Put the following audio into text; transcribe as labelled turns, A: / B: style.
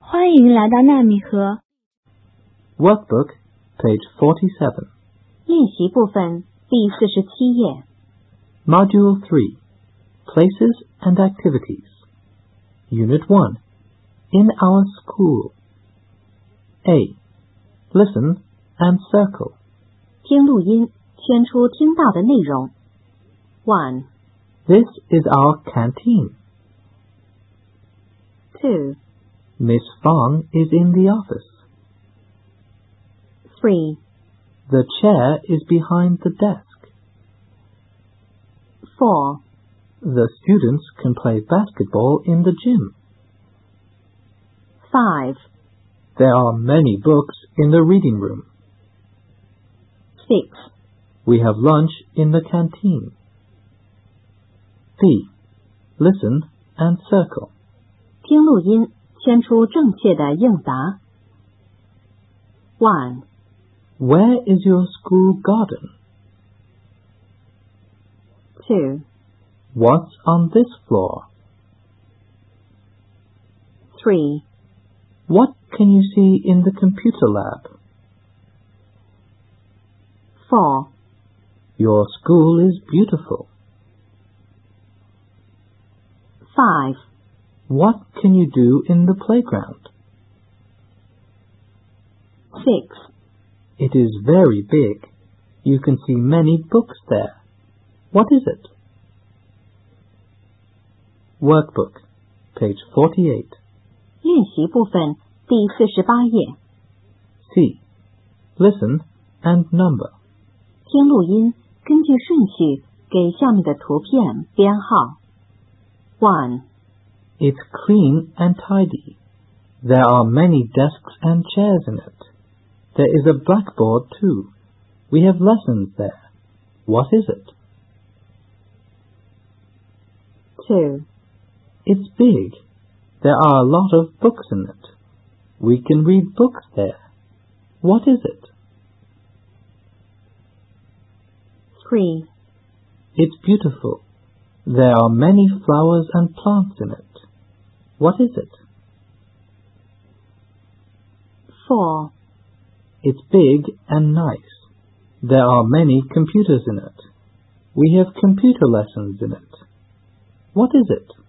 A: 欢迎来到纳米盒
B: Workbook, page 47,
C: 练习部分第四十七页，
B: Module 3, Places and Activities. Unit 1, In Our School. A. Listen and circle.
C: 听录音，圈出听到的内容。One,
B: This is our canteen.
C: two,
B: Miss Fong is in the office.
C: three,
B: The chair is behind the desk.
C: four,
B: The students can play basketball in the gym.
C: five,
B: There are many books in the reading room.
C: six,
B: We have lunch in the canteen. B. Listen and circle.
C: 听录音，圈出正确的应答。One,
B: Where is your school garden?
C: two,
B: What's on this floor?
C: three,
B: What can you see in the computer lab?
C: four,
B: Your school is beautiful.
C: five,
B: What can you do in the playground?
C: six,
B: It is very big. You can see many books there. What is it? Workbook, page 48.
C: 练习部分第四十八页，
B: C. Listen and number.
C: 听录音，根据顺序给下面的图片编号。One,
B: It's clean and tidy. There are many desks and chairs in it. There is a blackboard too. We have lessons there. What is it?
C: two,
B: It's big. There are a lot of books in it. We can read books there. What is it?
C: three,
B: It's beautiful. There are many flowers and plants in it. What is it?
C: four,
B: It's big and nice. There are many computers in it. We have computer lessons in it. What is it?